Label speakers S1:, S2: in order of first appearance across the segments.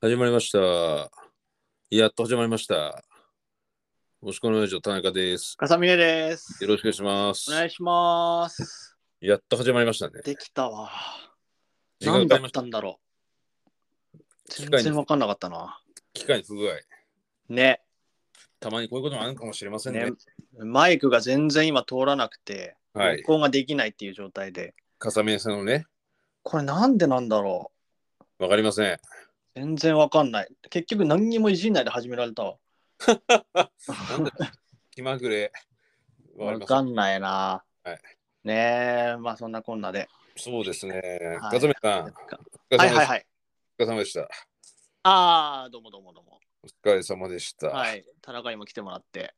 S1: 始まりました。やっと始まりました。もしこのラジオ田中です。
S2: かさみねです。
S1: よろしくお願いします
S2: お。願いします。
S1: やっと始まりましたね。
S2: できたわ。
S1: 時間が
S2: 何
S1: 経
S2: だ
S1: りま
S2: っ
S1: した。
S2: たんだろう。
S1: 機
S2: 全
S1: 械に
S2: 然わかんなかったな。
S1: 機械に不具合。
S2: ね
S1: たまにこういうこともあるかもしれませんね。
S2: ね。マイクが全然今通らなくて、
S1: はい。
S2: 録音ができないっていう状態で。
S1: 笠宮さんのね、
S2: これなんでなんだろ
S1: わかりません。
S2: う。全然わかんない。結局何にもいじんないで始められたわ。
S1: 気まぐれ。わかり
S2: わ
S1: ま
S2: かんないな。
S1: はい
S2: ねえ、まあそんなこんなで。
S1: せん。そうですね。
S2: はい
S1: 笠宮さん、お疲
S2: はい
S1: れ様で
S2: はい
S1: した。
S2: は
S1: お
S2: い。
S1: 疲れ様でした。
S2: ああ、どうもどうもどうも。
S1: お疲れ様でした。
S2: は
S1: はい。
S2: い。田中にも来てもらって。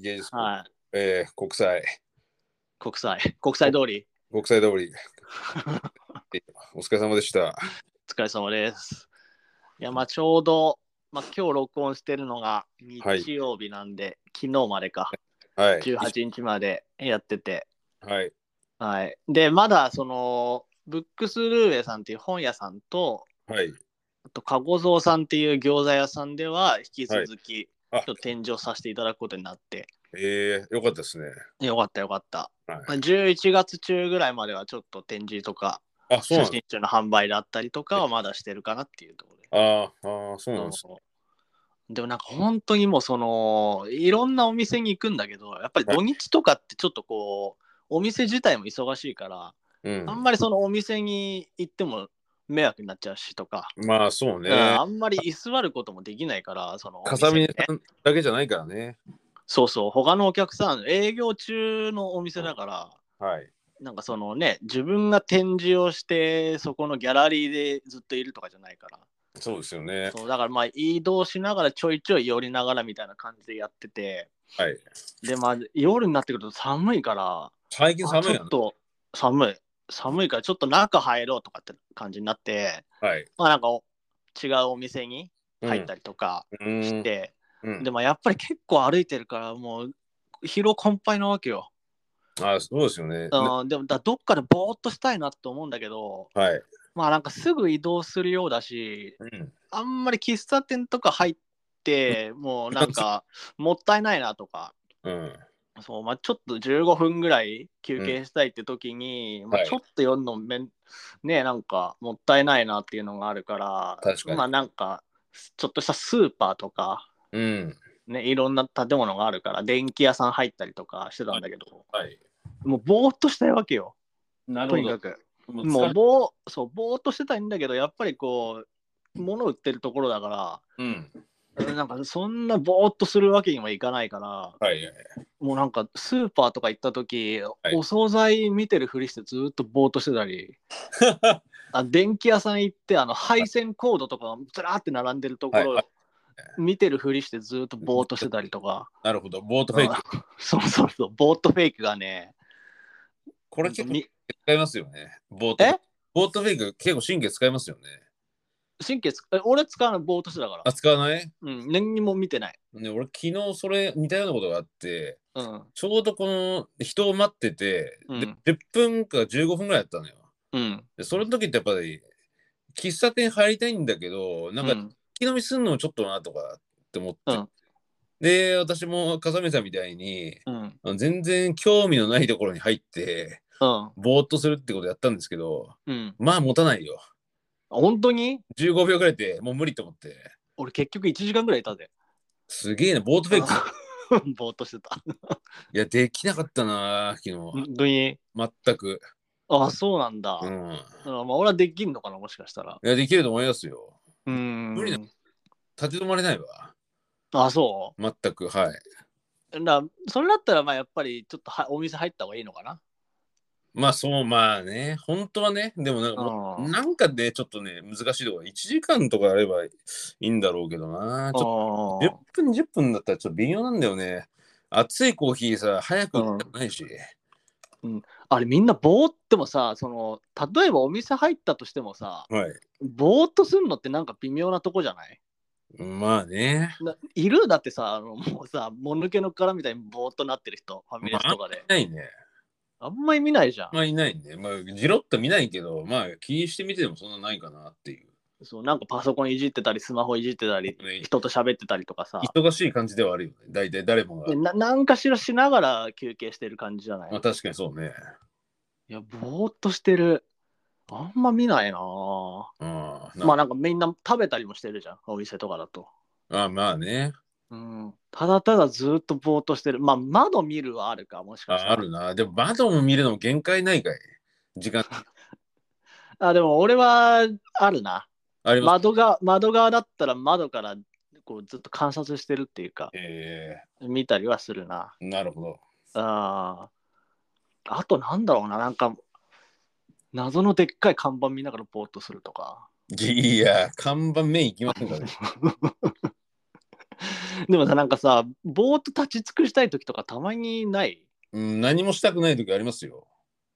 S1: 芸術国、
S2: はい。
S1: えー国際、
S2: 国際。国際通り。
S1: 国際通 り。お疲れ様でした。
S2: お疲れ様です。いや、まあ、ちょうど、まあ、今日録音してるのが
S1: はい
S2: 日曜日なんで、昨日までか、
S1: はい。
S2: 18日までやってて、
S1: はい。
S2: はい。で、まだ、その、ブックスルーウェイさんっていう本屋さんと、
S1: はい。
S2: あと、かごぞうさんっていう餃子屋さんでは、引き続き、
S1: はいあ
S2: ちょっと展示をさせていただくことになって、
S1: えー、よかったですね。
S2: よかったよかった。
S1: はい
S2: まあ11月中ぐらいまでは、ちょっと展示とか、
S1: あ、そうなん
S2: 写
S1: だ
S2: 真集の販売だったりとかはまだしてるかなっていうところで。
S1: あーあー、そうなんです。
S2: そうでもなんか本当にもうそのいろんなお店に行くんだけどやっぱり土日とかってちょっとこうお店自体も忙しいから
S1: うん
S2: あ。んまりそのお店に行っても迷惑になっちゃうしとか、
S1: まあ、そう
S2: うん
S1: ね。
S2: あんまり居座ることもできないからそのお
S1: か
S2: 店
S1: さ
S2: に
S1: み
S2: ね
S1: さんだけじゃないからね。
S2: そうそう他のお客さん営業中のお店だから
S1: はい。
S2: なんかそのね自分が展示をしてそこのギャラリーでずっといるとかじゃないから
S1: そうですよね。
S2: そうだからまあ移動しながらちょいちょい寄りながらみたいな感じでやってて
S1: はい。
S2: でまあ夜になってくると寒いから
S1: 最近
S2: あ
S1: 寒い
S2: ち
S1: や
S2: ょ
S1: ん
S2: っ。と寒い寒いからちょっと中入ろうとかって感じになって
S1: はい。
S2: まあなんかお違うお店に入ったりとか
S1: うん。
S2: して、
S1: うん
S2: でもやっぱり結構歩いてるからもう疲労困憊なわけよ、
S1: あそうですよね。ね
S2: うん、でもだどっかでぼーっとしたいなと思うんだけど
S1: はい。
S2: まあなんかすぐ移動するようだし
S1: うん。
S2: あんまり喫茶店とか入って、もうなんか、 もったいないなとか、
S1: うん。
S2: そうまあ、ちょっと15分ぐらい休憩したいって時に、まあ
S1: はい
S2: ちょっと読んのめん、ね、なんかもったいないなっていうのがあるから、
S1: 確かに
S2: まあなんか、ちょっとしたスーパーとか、
S1: うん。
S2: ね、いろんな建物があるから、電気屋さん入ったりとかしてたんだけど、
S1: はい。
S2: もうぼーっとしたいわけよ、
S1: な
S2: とにかく。
S1: も
S2: もうぼーそうぼーっとしてたいんだけど、やっぱりこう、物売ってるところだから、
S1: うん。
S2: なんかそんなぼーっとするわけにもいかないから
S1: はい。
S2: もうなんかスーパーとか行った時、
S1: い
S2: お惣菜見てるふりしてずーっとぼーっとしてたりあ電気屋さん行ってあの配線コードとかがずらーって並んでるところ、
S1: はいはい
S2: 見てるふりしてずーっとぼーっとしてたりとか
S1: なるほど。ボートフェイク。
S2: そうそうそうぼーっとフェイクがね
S1: これ結構
S2: み
S1: 使いますよね。ボート。
S2: え
S1: ボートフェイク結構神経使いますよね。
S2: 神経つえ俺使うのぼーっとしてたから
S1: あ、使わない
S2: うん何にも見てない、
S1: ね俺昨日それ似たようなことがあって、
S2: うん
S1: ちょうどこの人を待ってて、
S2: うん
S1: で10分か15分ぐらいやったのよ。
S2: うん
S1: でその時ってやっぱり喫茶店入りたいんだけどなんか
S2: う
S1: 引き
S2: ん
S1: 飲みすんのもちょっとなとかって思って、
S2: うん
S1: で私も笠目さんみたいに
S2: うん
S1: あの全然興味のないところに入って
S2: うん
S1: ぼーっとするってことやったんですけど
S2: うん
S1: まあ持たないよ
S2: 本当に
S1: 15秒ぐらいでもう無理と思って
S2: 俺結局1時間ぐらいいたぜ
S1: すげえなボートフェイク
S2: ぼーっとしてた。
S1: いやできなかったな昨日
S2: 本当に。
S1: 全く
S2: あ、そうなんだ。
S1: う
S2: うん
S1: ん
S2: まあ、俺はできんのかな、もしかしたら。
S1: いやできると思いますよ
S2: うん。
S1: 無理だ立ち止まれないわ
S2: あ、そ
S1: 全くはいう
S2: だそれだったら、まあ、やっぱり、ちょっとはお店入った方がいいのかな。
S1: まあそうまあね本当はねでもなんかも
S2: あ
S1: うなんかでちょっとね難しいところ1時間とかあればいいんだろうけどなちょっ
S2: あ
S1: と10分10分だったらちょっと微妙なんだよね熱いコーヒーさ早く飲んでもないし、
S2: あれ、みんなぼーってもさ、その、例えばお店入ったとしてもさ、
S1: はい
S2: ぼーっとするのってなんか微妙なとこじゃない
S1: まあね
S2: ないるだってさ、あのもうさ、もぬけの殻みたいにぼーっとなってる人、ファミレスとかで。
S1: いないね
S2: あんまり見ないじゃん。
S1: まあいないねまあじろっと見ないけどまあ気にしてみてもそんなないかなっていう
S2: そうなんかパソコンいじってたりスマホいじってたり
S1: ね
S2: 人と喋ってたりとかさ
S1: 忙しい感じではあるよね。大体誰もが。
S2: でななんかしらしながら休憩してる感じじゃない、
S1: まあ確かにそうね。
S2: いやぼーっとしてるあんま見ないなぁ
S1: うん
S2: まあなんかみんな食べたりもしてるじゃんお店とかだと、
S1: あまあね。
S2: うん、ただただずーっとぼーっとしてるまあ窓見るはあるかもしかした
S1: あ
S2: ら
S1: あるな。でも窓も見るのも限界ないかい。時間
S2: あでも俺はあるな
S1: あります。
S2: 窓が窓側だったら窓からこうずっと観察してるっていうか
S1: え
S2: 見たりはするな
S1: ー、なるほど。
S2: あーあとなんだろうななんか謎のでっかい看板見ながらぼーっとするとか
S1: いや、看板目いきません からね。
S2: でもさなんかさぼーっと立ち尽くしたい時とかたまにない
S1: うん、何もしたくない時ありますよ。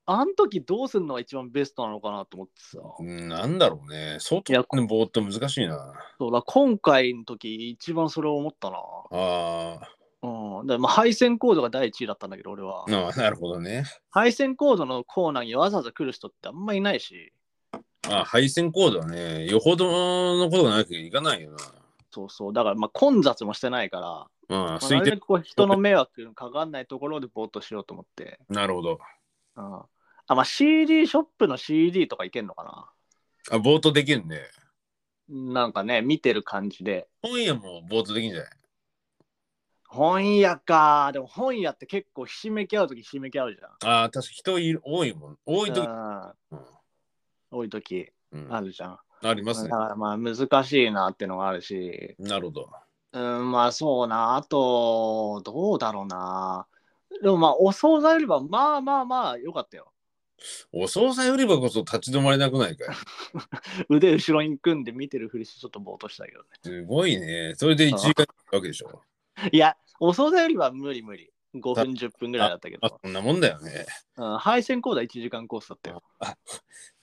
S2: あん時どうするのが一番ベストなのかなと思ってさ
S1: うん、なんだろうね。外
S2: いや
S1: のぼーっと難しいな。
S2: そうだ今回の時一番それを思ったな
S1: あ
S2: うん、でまあ配線コードが第一位だったんだけど俺は
S1: ーあ、なるほどね。
S2: 配線コードのコーナーにわざわざ来る人ってあんまいないし
S1: あ配線コードはね、よほどのことがなきゃいかないよ
S2: そうそうだからまあ混雑もしてないから、
S1: な。うん、
S2: まあ
S1: 空い
S2: な
S1: て
S2: るべくこう人の迷惑にかかんないところでぼーっとしようと思って、
S1: なるほど。
S2: うん、あまあ CD ショップの CD とかいけんのか
S1: あ、ぼーっとできるね。
S2: ななんかね見てる感じで
S1: 本屋もぼーっとできるんじゃない
S2: 本屋かでも本屋って結構ひしめき合う時ひしめき合うじゃん
S1: ああ、確か人いる多いもん。多い時、うん
S2: うん、多い時
S1: うん
S2: あるじゃん、
S1: あります
S2: だ
S1: ね。
S2: からまあ難しいなってのがあるし
S1: なるほど。
S2: うん、まあそうな。あと、どうだろうな。でもまあ、お惣菜売り場、まあまあまあ、よかったよ。
S1: お惣菜売り場こそ立ち止まれなくないかい。
S2: 腕後ろに組んで見てるふりして、ちょっとぼーっとしたけどね。
S1: すごいね。それで1時間わけでしょ。
S2: いや、お惣菜売り場は無理無理。5分、10分ぐらいだったけ
S1: あ
S2: ど。
S1: そんなもんだよね。
S2: うん、配線コードは1時間コースだったよ。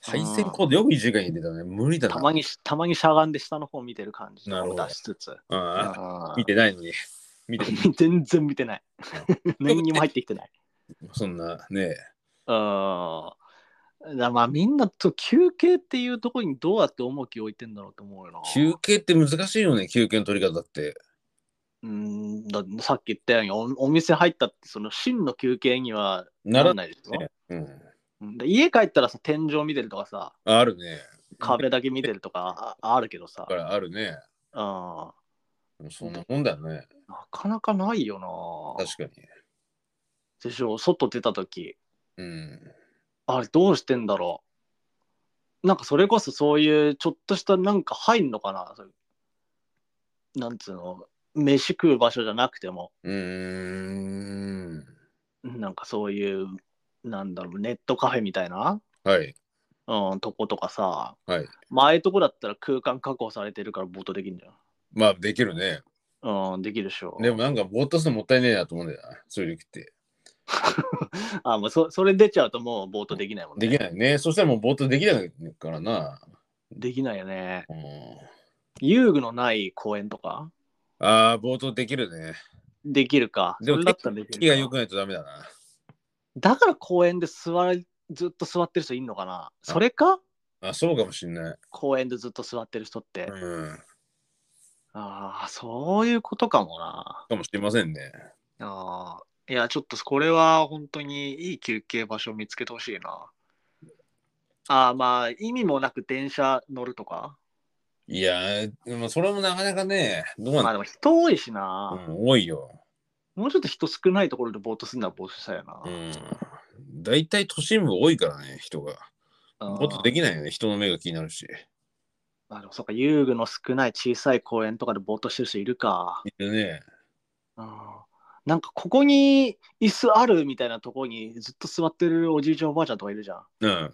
S1: 配線コードよく1時間入れたね。無理だ
S2: たま
S1: な。
S2: に、たまにしゃがんで下の方見てる感じ
S1: なるほど
S2: 出しつつ。
S1: あ
S2: うん
S1: あ見てないのに。見てない
S2: 全然見てない。 何にも入ってきてない。
S1: そんなね。
S2: うん。だからまあみんなと休憩っていうところにどうやって重きを置いてんだろうと思うよな。
S1: 休憩って難しいよね。休憩の取り方だって。
S2: うーんださっき言ったようにおお店入ったってその真の休憩には
S1: な
S2: な
S1: ら
S2: ら
S1: ない。
S2: ないですよ、
S1: うん、
S2: うんで家帰ったらさ天井見てるとかさ
S1: あるね。
S2: 壁だけ見てるとかああるけどさ
S1: だ、からあるね。
S2: うん、な
S1: そんなもんだよね。
S2: かなかないよな
S1: 確かに。
S2: でしょ外出た時
S1: うん。
S2: あれどうしてんだろうなんかそれこそそういうちょっとしたなんか入んのかなそういうなんつうの飯食う場所じゃなくても
S1: うーん。
S2: なんかそういうなんだろうネットカフェみたいな
S1: はい。
S2: うん、とことかさ、
S1: はい。
S2: まあ、ああいうとこだったら空間確保されてるからボートできるんじ
S1: まあできるね。
S2: ゃん。うん、できるでしょ。
S1: でもなんかぼーっとするのもったいねえなと思うんだよな。そういう時って。
S2: あもうそ、それ出ちゃうともうボートできないもんね。
S1: できないね。そしたらもうぼーっとできないからな。
S2: できないよね。
S1: うん、
S2: 遊具のない公園とか
S1: ああ、ぼーっとできるね。
S2: できるか。
S1: で
S2: そ
S1: も
S2: れだったらできるか
S1: 気が良くないとダメだな。
S2: だから公園で座り、ずっと座ってる人いんのかなそれか
S1: あそうかもしんない。
S2: 公園でずっと座ってる人って。
S1: うん。
S2: ああ、そういうことかもな。
S1: かもしれませんね。
S2: ああ。いや、ちょっとこれは本当にいい休憩場所を見つけてほしいな。ああ、まあ、意味もなく電車乗るとか。
S1: いやー、でもそれもなかなかね、どう
S2: まあ
S1: なん
S2: で
S1: だ、
S2: も人多いしな。
S1: うん、多いよ。
S2: もうちょっと人少ないところでぼーっとするのはぼーっとしたいな。
S1: うん。大体都心部多いからね、人が。
S2: うん
S1: ぼーっとできないよね。人の目が気になるし。
S2: まあでもそっか、遊具の少ない小さい公園とかでぼーっとしてる人いるか。
S1: いるね。
S2: うんなんかここに椅子あるみたいなところにずっと座ってるおじいちゃんおばあちゃんとかいるじゃ
S1: うん。
S2: ん。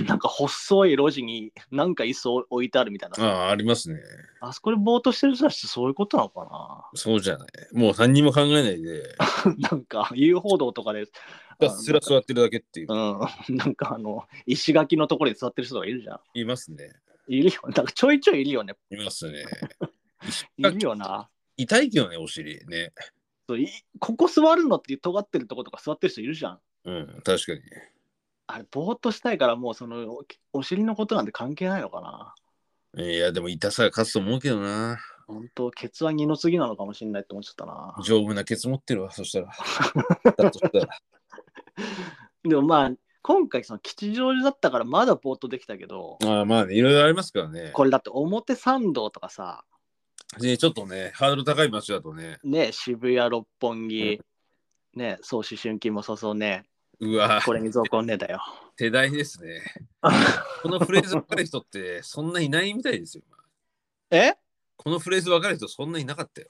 S2: なんか細い路地になんか椅子を置いてあるみたいな
S1: あ。あ、ありますね。
S2: あそこでぼーっとしてる人たちってそういうことなのかな
S1: そうじゃない。もう何にも考えないで、
S2: なん か遊歩道とかで、
S1: ひたすら座ってるだけっていう
S2: う、ん、なんかあの石垣のところに座ってる人がいるじゃん。
S1: いますね。
S2: いるよ、なんかちょいちょいいるよね。
S1: いますね。
S2: いるよな。
S1: 痛いけどね、お尻ね。
S2: そういここ座るのって尖ってるところとか座ってる人いるじゃん。
S1: うん、確かに。
S2: あれぼーっとしたいからもうそのおお尻のことなんて関係ないのかな。
S1: いや、でも痛さが勝つと思うけどな。
S2: 本当ケツは二の次なのかもしれないって思っちゃったな。
S1: 丈夫なケツ持ってるわ、そした ら。だとしたら。
S2: でもまあ、今回その吉祥寺だったからまだぼーっとできたけど、
S1: まあまあね、いろいろありますからね。
S2: これだって表参道とかさ、
S1: ねちょっとね、ハードル高い街だとね。
S2: ね、渋谷、六本木、ね、そう思春期もそうそうね、
S1: うわ
S2: これにぞこんね だよ。
S1: 世代ですね。このフレーズ分かる人ってそんないないみたいですよ。
S2: え
S1: このフレーズ分かる人そんないなかったよ。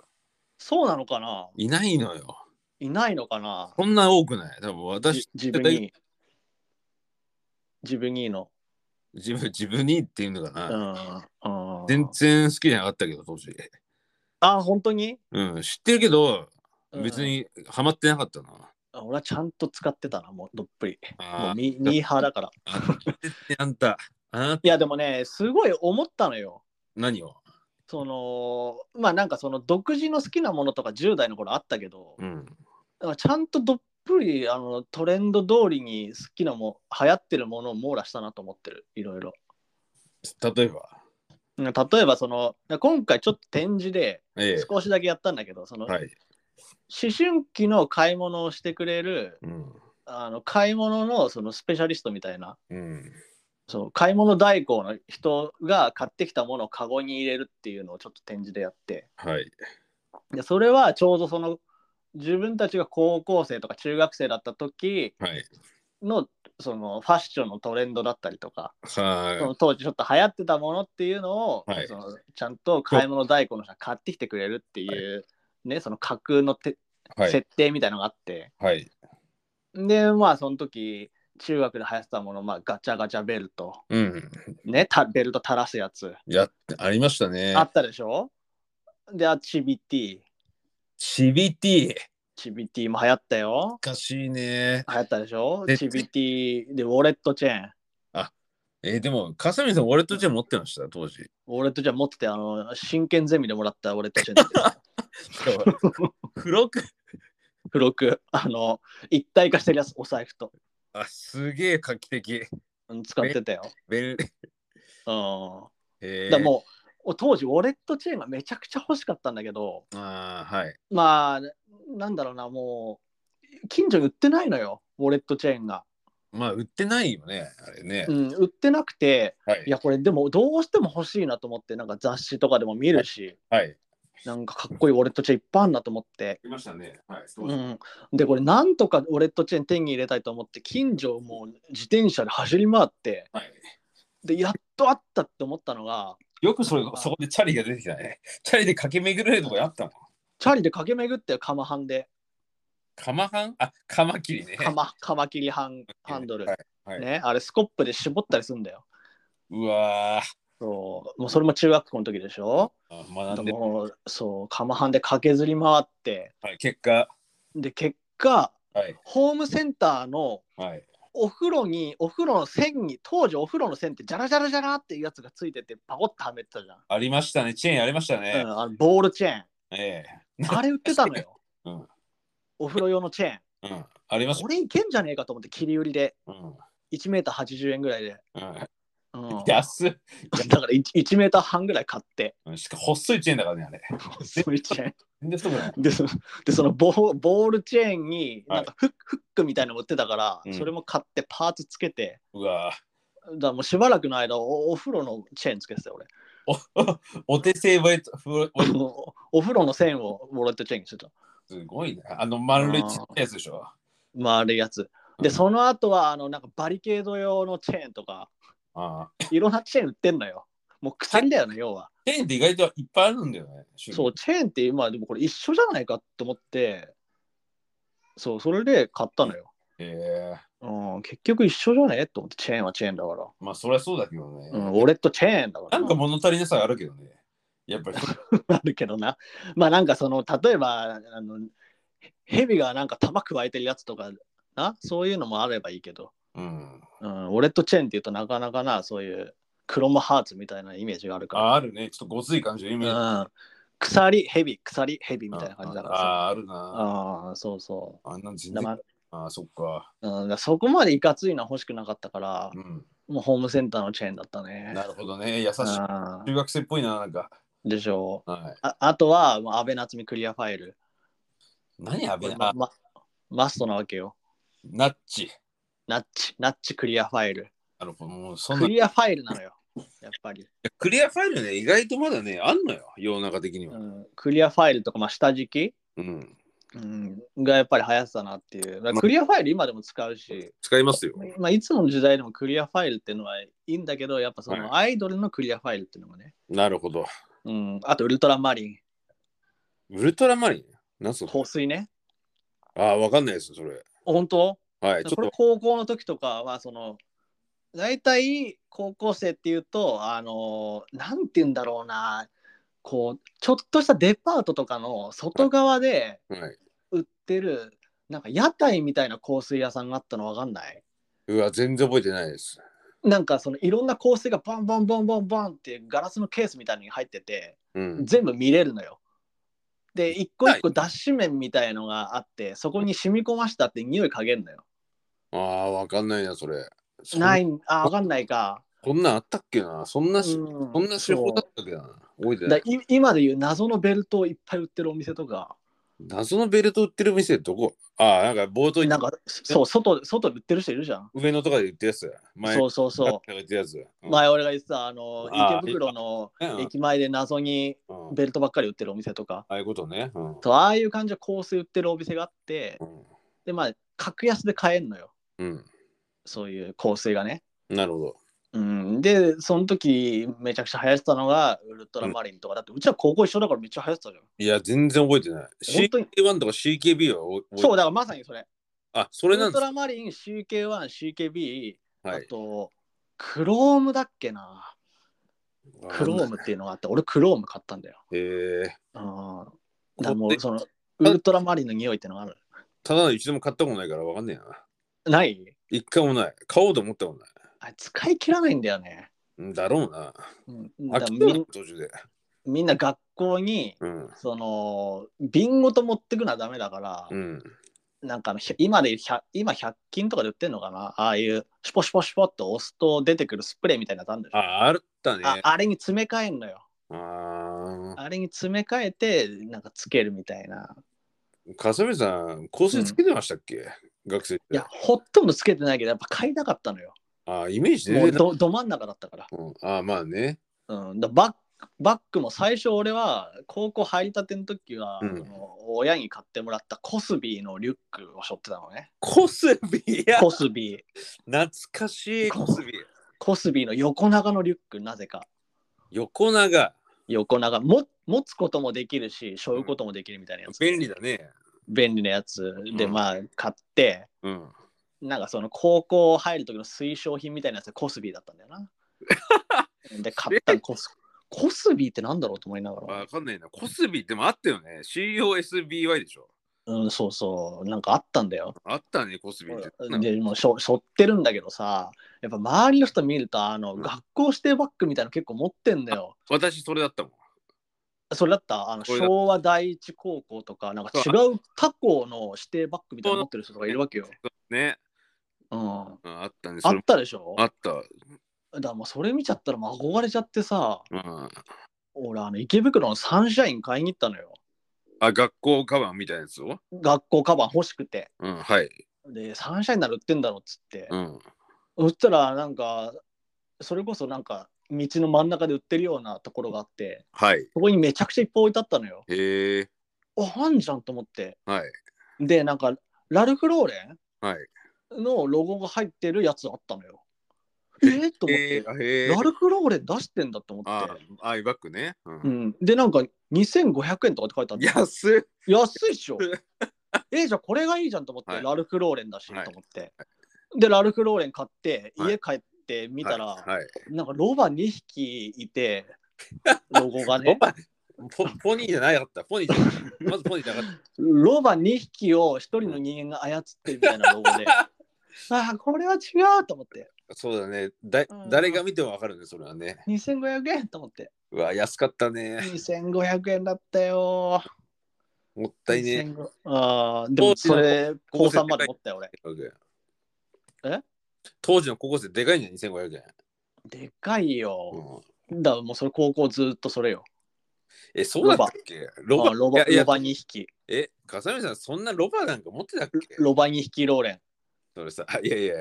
S2: そうなのかない
S1: ないのよ。
S2: いないのかな
S1: こんな多くない。多分私
S2: じ、自分に。自分にいいの。
S1: 自分、自分にっていうのか
S2: う
S1: な。
S2: ん。うん
S1: 全然好きじゃなかったけど、当時。
S2: あ、本当に
S1: うん、知ってるけど、別。
S2: うん
S1: にハマってなかったな。
S2: あ俺はちゃんと使ってたな、もうどっぷり。も
S1: あ
S2: う
S1: ー
S2: ミミーハーだから。
S1: ああんた、あなた、
S2: いや、でもね、すごい思ったのよ。
S1: 何を
S2: そのまあなんかその独自の好きなものとか10代の頃あったけど、
S1: うん。
S2: だからちゃんとどっぷりあのトレンド通りに好きなも流行ってるものを網羅したなと思ってるいろいろ
S1: 例えば、
S2: うん例えばその今回ちょっと展示で
S1: え
S2: 少しだけやったんだけど、そ
S1: え、
S2: の思
S1: はい。
S2: 春期の買い物をしてくれる
S1: うん。
S2: あの買い物のそのスペシャリストみたいな
S1: うん。
S2: そう買い物代行の人が買ってきたものをカゴに入れるっていうのをちょっと展示でやって
S1: はい。
S2: でそれはちょうどその自分たちが高校生とか中学生だった時
S1: はい。
S2: のそのファッションのトレンドだったりとか、そ
S1: は
S2: の当時ちょっと流行ってたものっていうのを、
S1: はい
S2: そのちゃんと買い物代行の人が買ってきてくれるっていう、ねその架空のて、
S1: い。はい。
S2: 設定みたいのがあって
S1: はい。
S2: でまあその時中学で流行ってたもの、まあ、ガチャガチャベルト、
S1: うん。
S2: ね、たベルト垂らすやつ、
S1: やっありましたね
S2: あ。ったでしょであチビティ
S1: チビティ。
S2: チビティも流行ったよ
S1: おかしいね。
S2: 流行ったでしょ
S1: で
S2: チビティでウォレットチェーン
S1: えーでも、かさみさん、俺とじゃ持ってました、当 時。
S2: ウォレットチェーン持っててあの真剣ゼミでもらったウォレットチェーンだよ
S1: 黒く。
S2: 付録あの一体化してるやつお財布と、
S1: あ、すげえ画期的。
S2: うん、使ってたよ、
S1: ベル。え
S2: うん、
S1: ー、
S2: だからもう当時ウォレットチェーンがめちゃくちゃ欲しかったんだけど
S1: あーはい。
S2: まあなんだろうなもう近所に売ってないのよウォレットチェーンが、
S1: まあ、売ってないよね。あれね
S2: う。ん、売ってなくて
S1: はい
S2: い。やこれでもどうしても欲しいなと思ってなんか雑誌とかでも見るし
S1: はい。
S2: なんかかっこいいウォレットチェーンいっぱいあんなと思って、
S1: いましたね。はい。
S2: うん、でこれなんとかウォレットチェーン手に入れたいと思って近所をもう自転車で走り回って
S1: はい。
S2: でやっとあったって思ったのが
S1: よくそれそこでチャリが出てきたね。チャリで駆け巡れるとこやったの。
S2: チャリで駆け巡ってカマハンで
S1: カマハンあ、カマキリね。
S2: カマカマ切りハンハンドル、
S1: はいはい
S2: ね、あれスコップで絞ったりするんだよ
S1: うわー
S2: そうもうそれも中学校の時でしょ
S1: あ
S2: で
S1: 学んで、
S2: もうそうカマハンで駆けずり回って
S1: はい、結果。
S2: で結果
S1: はい。
S2: ホームセンターの
S1: はい。
S2: お風呂にお風呂の線に当時お風呂の線ってジャラジャラジャラっていうやつがついててパコッとはめてたじゃん、
S1: ありましたね。チェーンありましたね
S2: う。ん、あのボールチェーン
S1: え
S2: あれ売ってたのよ、
S1: うん
S2: お風呂用のチェーン
S1: えうん。あります。
S2: これいけんじゃねえかと思って切り売りで
S1: うん。
S2: 1メーター80円ぐらいで、
S1: うん。
S2: うん、だか
S1: 安い。
S2: ら 1, メーター半ぐらい買 って
S1: うんしかも細いチェーンだからね、あれ。
S2: そういうチェーン
S1: 全然太くない。
S2: でそのでそのボーボールチェーンに
S1: はい
S2: なんかフック,、フックみたいなの売ってたから、
S1: うん
S2: それも買ってパーツつけて
S1: うわ
S2: だからもうしばらくの間おお風呂のチェーンつけてたよ俺
S1: ーお手製バイト、ふわ
S2: お お風呂の線をウォレットチェーンにしてた
S1: すごいね。あの丸いちっちゃいやつでしょ。
S2: 丸いやつ
S1: う
S2: で
S1: ん
S2: その後はあのなんかバリケード用のチェーンとか
S1: ああ。
S2: いろんなチェーン売ってんのよもう鎖だよね要は
S1: チェーンって意外といっぱいあるんだよね。
S2: そう。チェーンって今でもこれ一緒じゃないかと思ってそうそれで買ったのよ、
S1: ええ
S2: うん、結局一緒じゃねえと思ってチェーンはチェーンだから
S1: まあ、そりゃそうだけどね。
S2: うん、俺とチェーンだから
S1: なんか物足りなさがあるけどね。やっぱり。
S2: あるけどな。 まあなんかその例えばあのヘビがなんか玉くわえてるやつとかなそういうのもあればいいけど、
S1: うん。
S2: うん、俺とチェーンっていうとなかなかなそういうクロムハーツみたいなイメージがあるか
S1: あ、あるね。ちょっとごつい感じのイメージ。
S2: ら、うん、鎖ヘビ鎖ヘビみたいな感じだからさ
S1: ああ、あるな。
S2: ああそうそ
S1: あんなん全
S2: うだ
S1: 然。
S2: から,、
S1: ああ、そっか。
S2: うん、だからそこまでいかついのは欲しくなかったから
S1: う、ん。
S2: もうホームセンターのチェーンだったね。
S1: なるほどね。優しい。
S2: あ
S1: 中学生っぽいな、なんか。
S2: ーでしょう。
S1: はい。
S2: ああとは、まあ、安倍夏実クリアファイル。
S1: 何やべえ
S2: ま
S1: な。
S2: まマストなわけよ。
S1: ナッチ。
S2: ナッチ、ナッチクリアファイル。
S1: なるほど。もうそんな
S2: ク。リアファイルなのよ。やっぱり。
S1: クリアファイルね、意外とまだね、あんのよ。世の中的に
S2: う
S1: は。
S2: ん、クリアファイルとか、まあ、下敷き、
S1: うん。
S2: うん、がやっぱり流行ってたなっていう。だから
S1: まあ
S2: クリアファイル今でも使うし、
S1: 使いますよ。
S2: まあ、いつもの時代でもクリアファイルっていうのはいいんだけど、やっぱそのアイドルのクリアファイルっていうのもね。
S1: なるほど。
S2: うん、あと、ウルトラマリ
S1: ウルトラマリン。なんす
S2: ン、
S1: か
S2: 香水ね。
S1: ああ、わかんないです、それ。
S2: 本当
S1: はい。ち
S2: こ
S1: ょ
S2: れ
S1: っ
S2: 高校の時とかはその大体高校生っていうとあのなんて言うんだろうなこうちょっとしたデパートとかの外側で
S1: と。はい。
S2: 売ってるなんか屋台みたいな香水屋さんがあったのわかんないう
S1: わ、全然覚えてないです。
S2: なんかそのいろんな香水がバンバンバンバンバンってガラスのケースみたいに入ってて
S1: うん。
S2: 全部見れるのよ。で一個一個脱脂綿みたいのがあってそこに染み込ましたって匂い嗅げるのよ。
S1: ああ、わかんないな、それ。そん
S2: ないあわかんないか。
S1: こんなんあったっけな。そんなし、
S2: うん
S1: そんな手法だ
S2: そ
S1: ったっけな。覚えてな
S2: うだ
S1: い。
S2: い今でいう謎のベルトをいっぱい売ってるお店とか、
S1: 謎のベルト売ってる店どこああ、なんか冒頭に
S2: なんかそう外外で売ってる人いるじゃん。
S1: 上野とかで言ったやつ。前
S2: そうそうそ
S1: 言ったやつ。
S2: う。前俺が言ってたあの
S1: あー
S2: 池袋の
S1: うん
S2: 駅前で謎に
S1: うん
S2: ベルトばっかり売ってるお店とか、
S1: ああいうことね。うん
S2: そうああいう感じで香水売ってるお店があって
S1: う、ん
S2: でまあ格安で買えるのよ、
S1: うん。
S2: そういう香水がね。
S1: なるほど。
S2: うん、で、その時めちゃくちゃ流行ってたのがウルトラマリンとか、だってうちは高校一緒だからめっちゃ流行ってたじゃ
S1: いや、全然覚えてない。
S2: 本当に
S1: CK1 とか CKB はお
S2: ん。そう、
S1: う。
S2: だからまさにそれ。
S1: あ、そ
S2: ウ
S1: れな
S2: ル
S1: んで
S2: ト
S1: す
S2: ラマリン、CK1、CKB、
S1: は
S2: あ
S1: い。
S2: と、クロームだっけな。クロームっていうのがあって、俺クローム買ったんだよ。
S1: えー、
S2: うん。だから
S1: こ
S2: も
S1: っ
S2: う
S1: ち
S2: その、ウルトラマリンの匂いってのがある。
S1: ただの一度も買ったことないからわかんねえな。
S2: ない
S1: 一回もない。買おうと思ったことない
S2: あれ使い切らないんだよね。
S1: うん。だろうな。
S2: うん、
S1: 飽
S2: だから
S1: き
S2: み
S1: る
S2: ん
S1: 途中で。
S2: みんな学校に、
S1: うん。
S2: その、瓶ごと持ってくのはダメだから、
S1: うん。
S2: なんかあのひゃ今で100、今100均とかで売ってんのかなああいう、シュポシュポシュポって押すと出てくるスプレーみたいなのあるんでしょ
S1: あ、あったね。
S2: ああれに詰め替えんのよ。
S1: ああ。
S2: あれに詰め替えて、なんかつけるみたいな。
S1: かさみさん、香水つけてましたっけ、学生って。
S2: いや、ほとんどつけてないけど、やっぱ買いたかったのよ。
S1: あーイメージ
S2: も
S1: 出て
S2: う
S1: た。
S2: どど真ん中だったから。
S1: うん、あーまあね。
S2: うん、だバッバッグも最初俺は高校入りたての時は、
S1: うん
S2: その親に買ってもらったコスビーのリュックを背負ってたのね。
S1: コスビいや、
S2: コスビー。
S1: 懐かしいコスビ。
S2: コスビーの横長のリュック、なぜか。
S1: 横長。
S2: 横長も。持つこともできるし、背負うこともできるみたいなやつ。
S1: 便利だね。
S2: 便利なやつで、
S1: うん
S2: まあ買って、
S1: うん。
S2: なんかその高校入る時の推奨品みたいなやつがコスビーだったんだ よな。で、買ったらコスコスビーってなんだろうと思いながら。
S1: わかんないな。コスビってもあったよね。COSBY でしょ。
S2: うん、そうそう、なんかあったんだよ。
S1: あったね、コスビって。なんか
S2: で、もうしょ、しょってるんだけどさ、やっぱ周りの人見ると、あの、
S1: うん
S2: 学校指定バッグみたいなの結構持ってんだよ。
S1: 私、それだったもん。
S2: それだったあの
S1: これだ
S2: 昭和第一高校とか、なんか違う他校の指定バッグみたいなの持ってる人とかいるわけよ。
S1: ね。
S2: うん。
S1: うんあったね。そ
S2: あ
S1: れ
S2: っ
S1: も
S2: たでしょ
S1: あった。
S2: だからもうそれ見ちゃったらもう憧れちゃってさ、
S1: うん。
S2: 俺、あの、池袋のサンシャイン買いに行ったのよ。
S1: あ、学校カバンみたいなやつを。
S2: 学校カバン欲しくて。
S1: うん、はい。
S2: で、サンシャインなら売ってんだろっつって。
S1: うん。
S2: そしたらなんかそれこそなんか道の真ん中で売ってるようなところがあって
S1: はい。
S2: そこにめちゃくちゃいっぱい置いてあったのよ。
S1: へえ。
S2: ああんじゃんと思って。
S1: はい。
S2: でなんかラルフ・ローレ
S1: はい。
S2: ンのロゴが入ってるやつあったのよ。えー、と思っ
S1: へ
S2: て
S1: え。、へえ
S2: ラ。ルフ・ローレン出してんだと思
S1: あ
S2: って。
S1: あ、アイバッグね。う。
S2: うんん、でなんか2500円とかって書いてあるの
S1: 安っ。
S2: 安いっ しょえじゃあこれがいいじゃんと思って、
S1: はい
S2: ラルフ・ローレンだし、
S1: はい
S2: と思ってでラルフ・ローレン買って
S1: はい
S2: 家帰って見たら、
S1: はいはい。
S2: なんかロバ2匹 いて、ロゴが
S1: ロ
S2: ね。
S1: バポポニーじゃなかった。ポニーじゃなかった。まずポニーじゃなかった。
S2: ロバ2匹を一人の人間が操ってるみたいなロゴ で。ああ、これは違うと思って。
S1: そうだね。だ
S2: うん
S1: 誰が見てもわかるね、それはね。
S2: 2500円と思って。
S1: うわ、安かったね。
S2: 2500円だったよ。
S1: もったいね
S2: 2500ああ、でもそれ、
S1: 高
S2: 高
S1: 校生
S2: 3まで持ったよ、俺。
S1: え。
S2: え
S1: 当時の高校生でかいんじゃん、2500円。
S2: でかいよ。
S1: うん
S2: だからもうそれ高校ずっとそれよ。
S1: え、そうだったっけロバ
S2: あロバ
S1: いや
S2: ロバ2匹。
S1: え、笠見さん、そんなロバなんか持ってたっけ
S2: ロバ2匹ローレン。
S1: それさ、いやいや、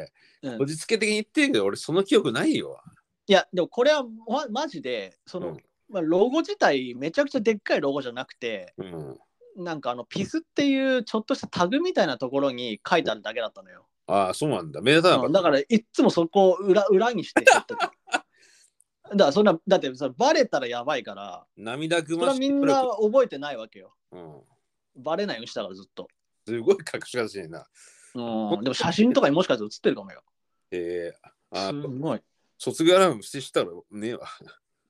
S2: うん
S1: こじつけ的に言ってるけど、俺その記憶ないよ。
S2: いや、でもこれはまマジで、その、
S1: うん
S2: まあ、ロゴ自体めちゃくちゃでっかいロゴじゃなくて、
S1: うん。
S2: なんかあのピスっていうちょっとしたタグみたいなところに書いてあるだけだったのよ。
S1: ああ、そうなんだ。目立たなか
S2: う
S1: っ
S2: ん
S1: た。
S2: だからいっつもそこを裏裏にして貼ってた だからそんな、だってそれバレたらやばいから、
S1: 涙ぐ
S2: それ
S1: ま
S2: は
S1: し
S2: み
S1: い
S2: んな覚えてないわけよ。
S1: うん。
S2: バレないようにしたからずっと。
S1: すごい隠し方してんな。
S2: うん、でも写真とかにもしかしたら写ってるかもよ。
S1: えー、あ
S2: す
S1: ー
S2: ごい。
S1: 卒業アルバムしてしたらねえわ。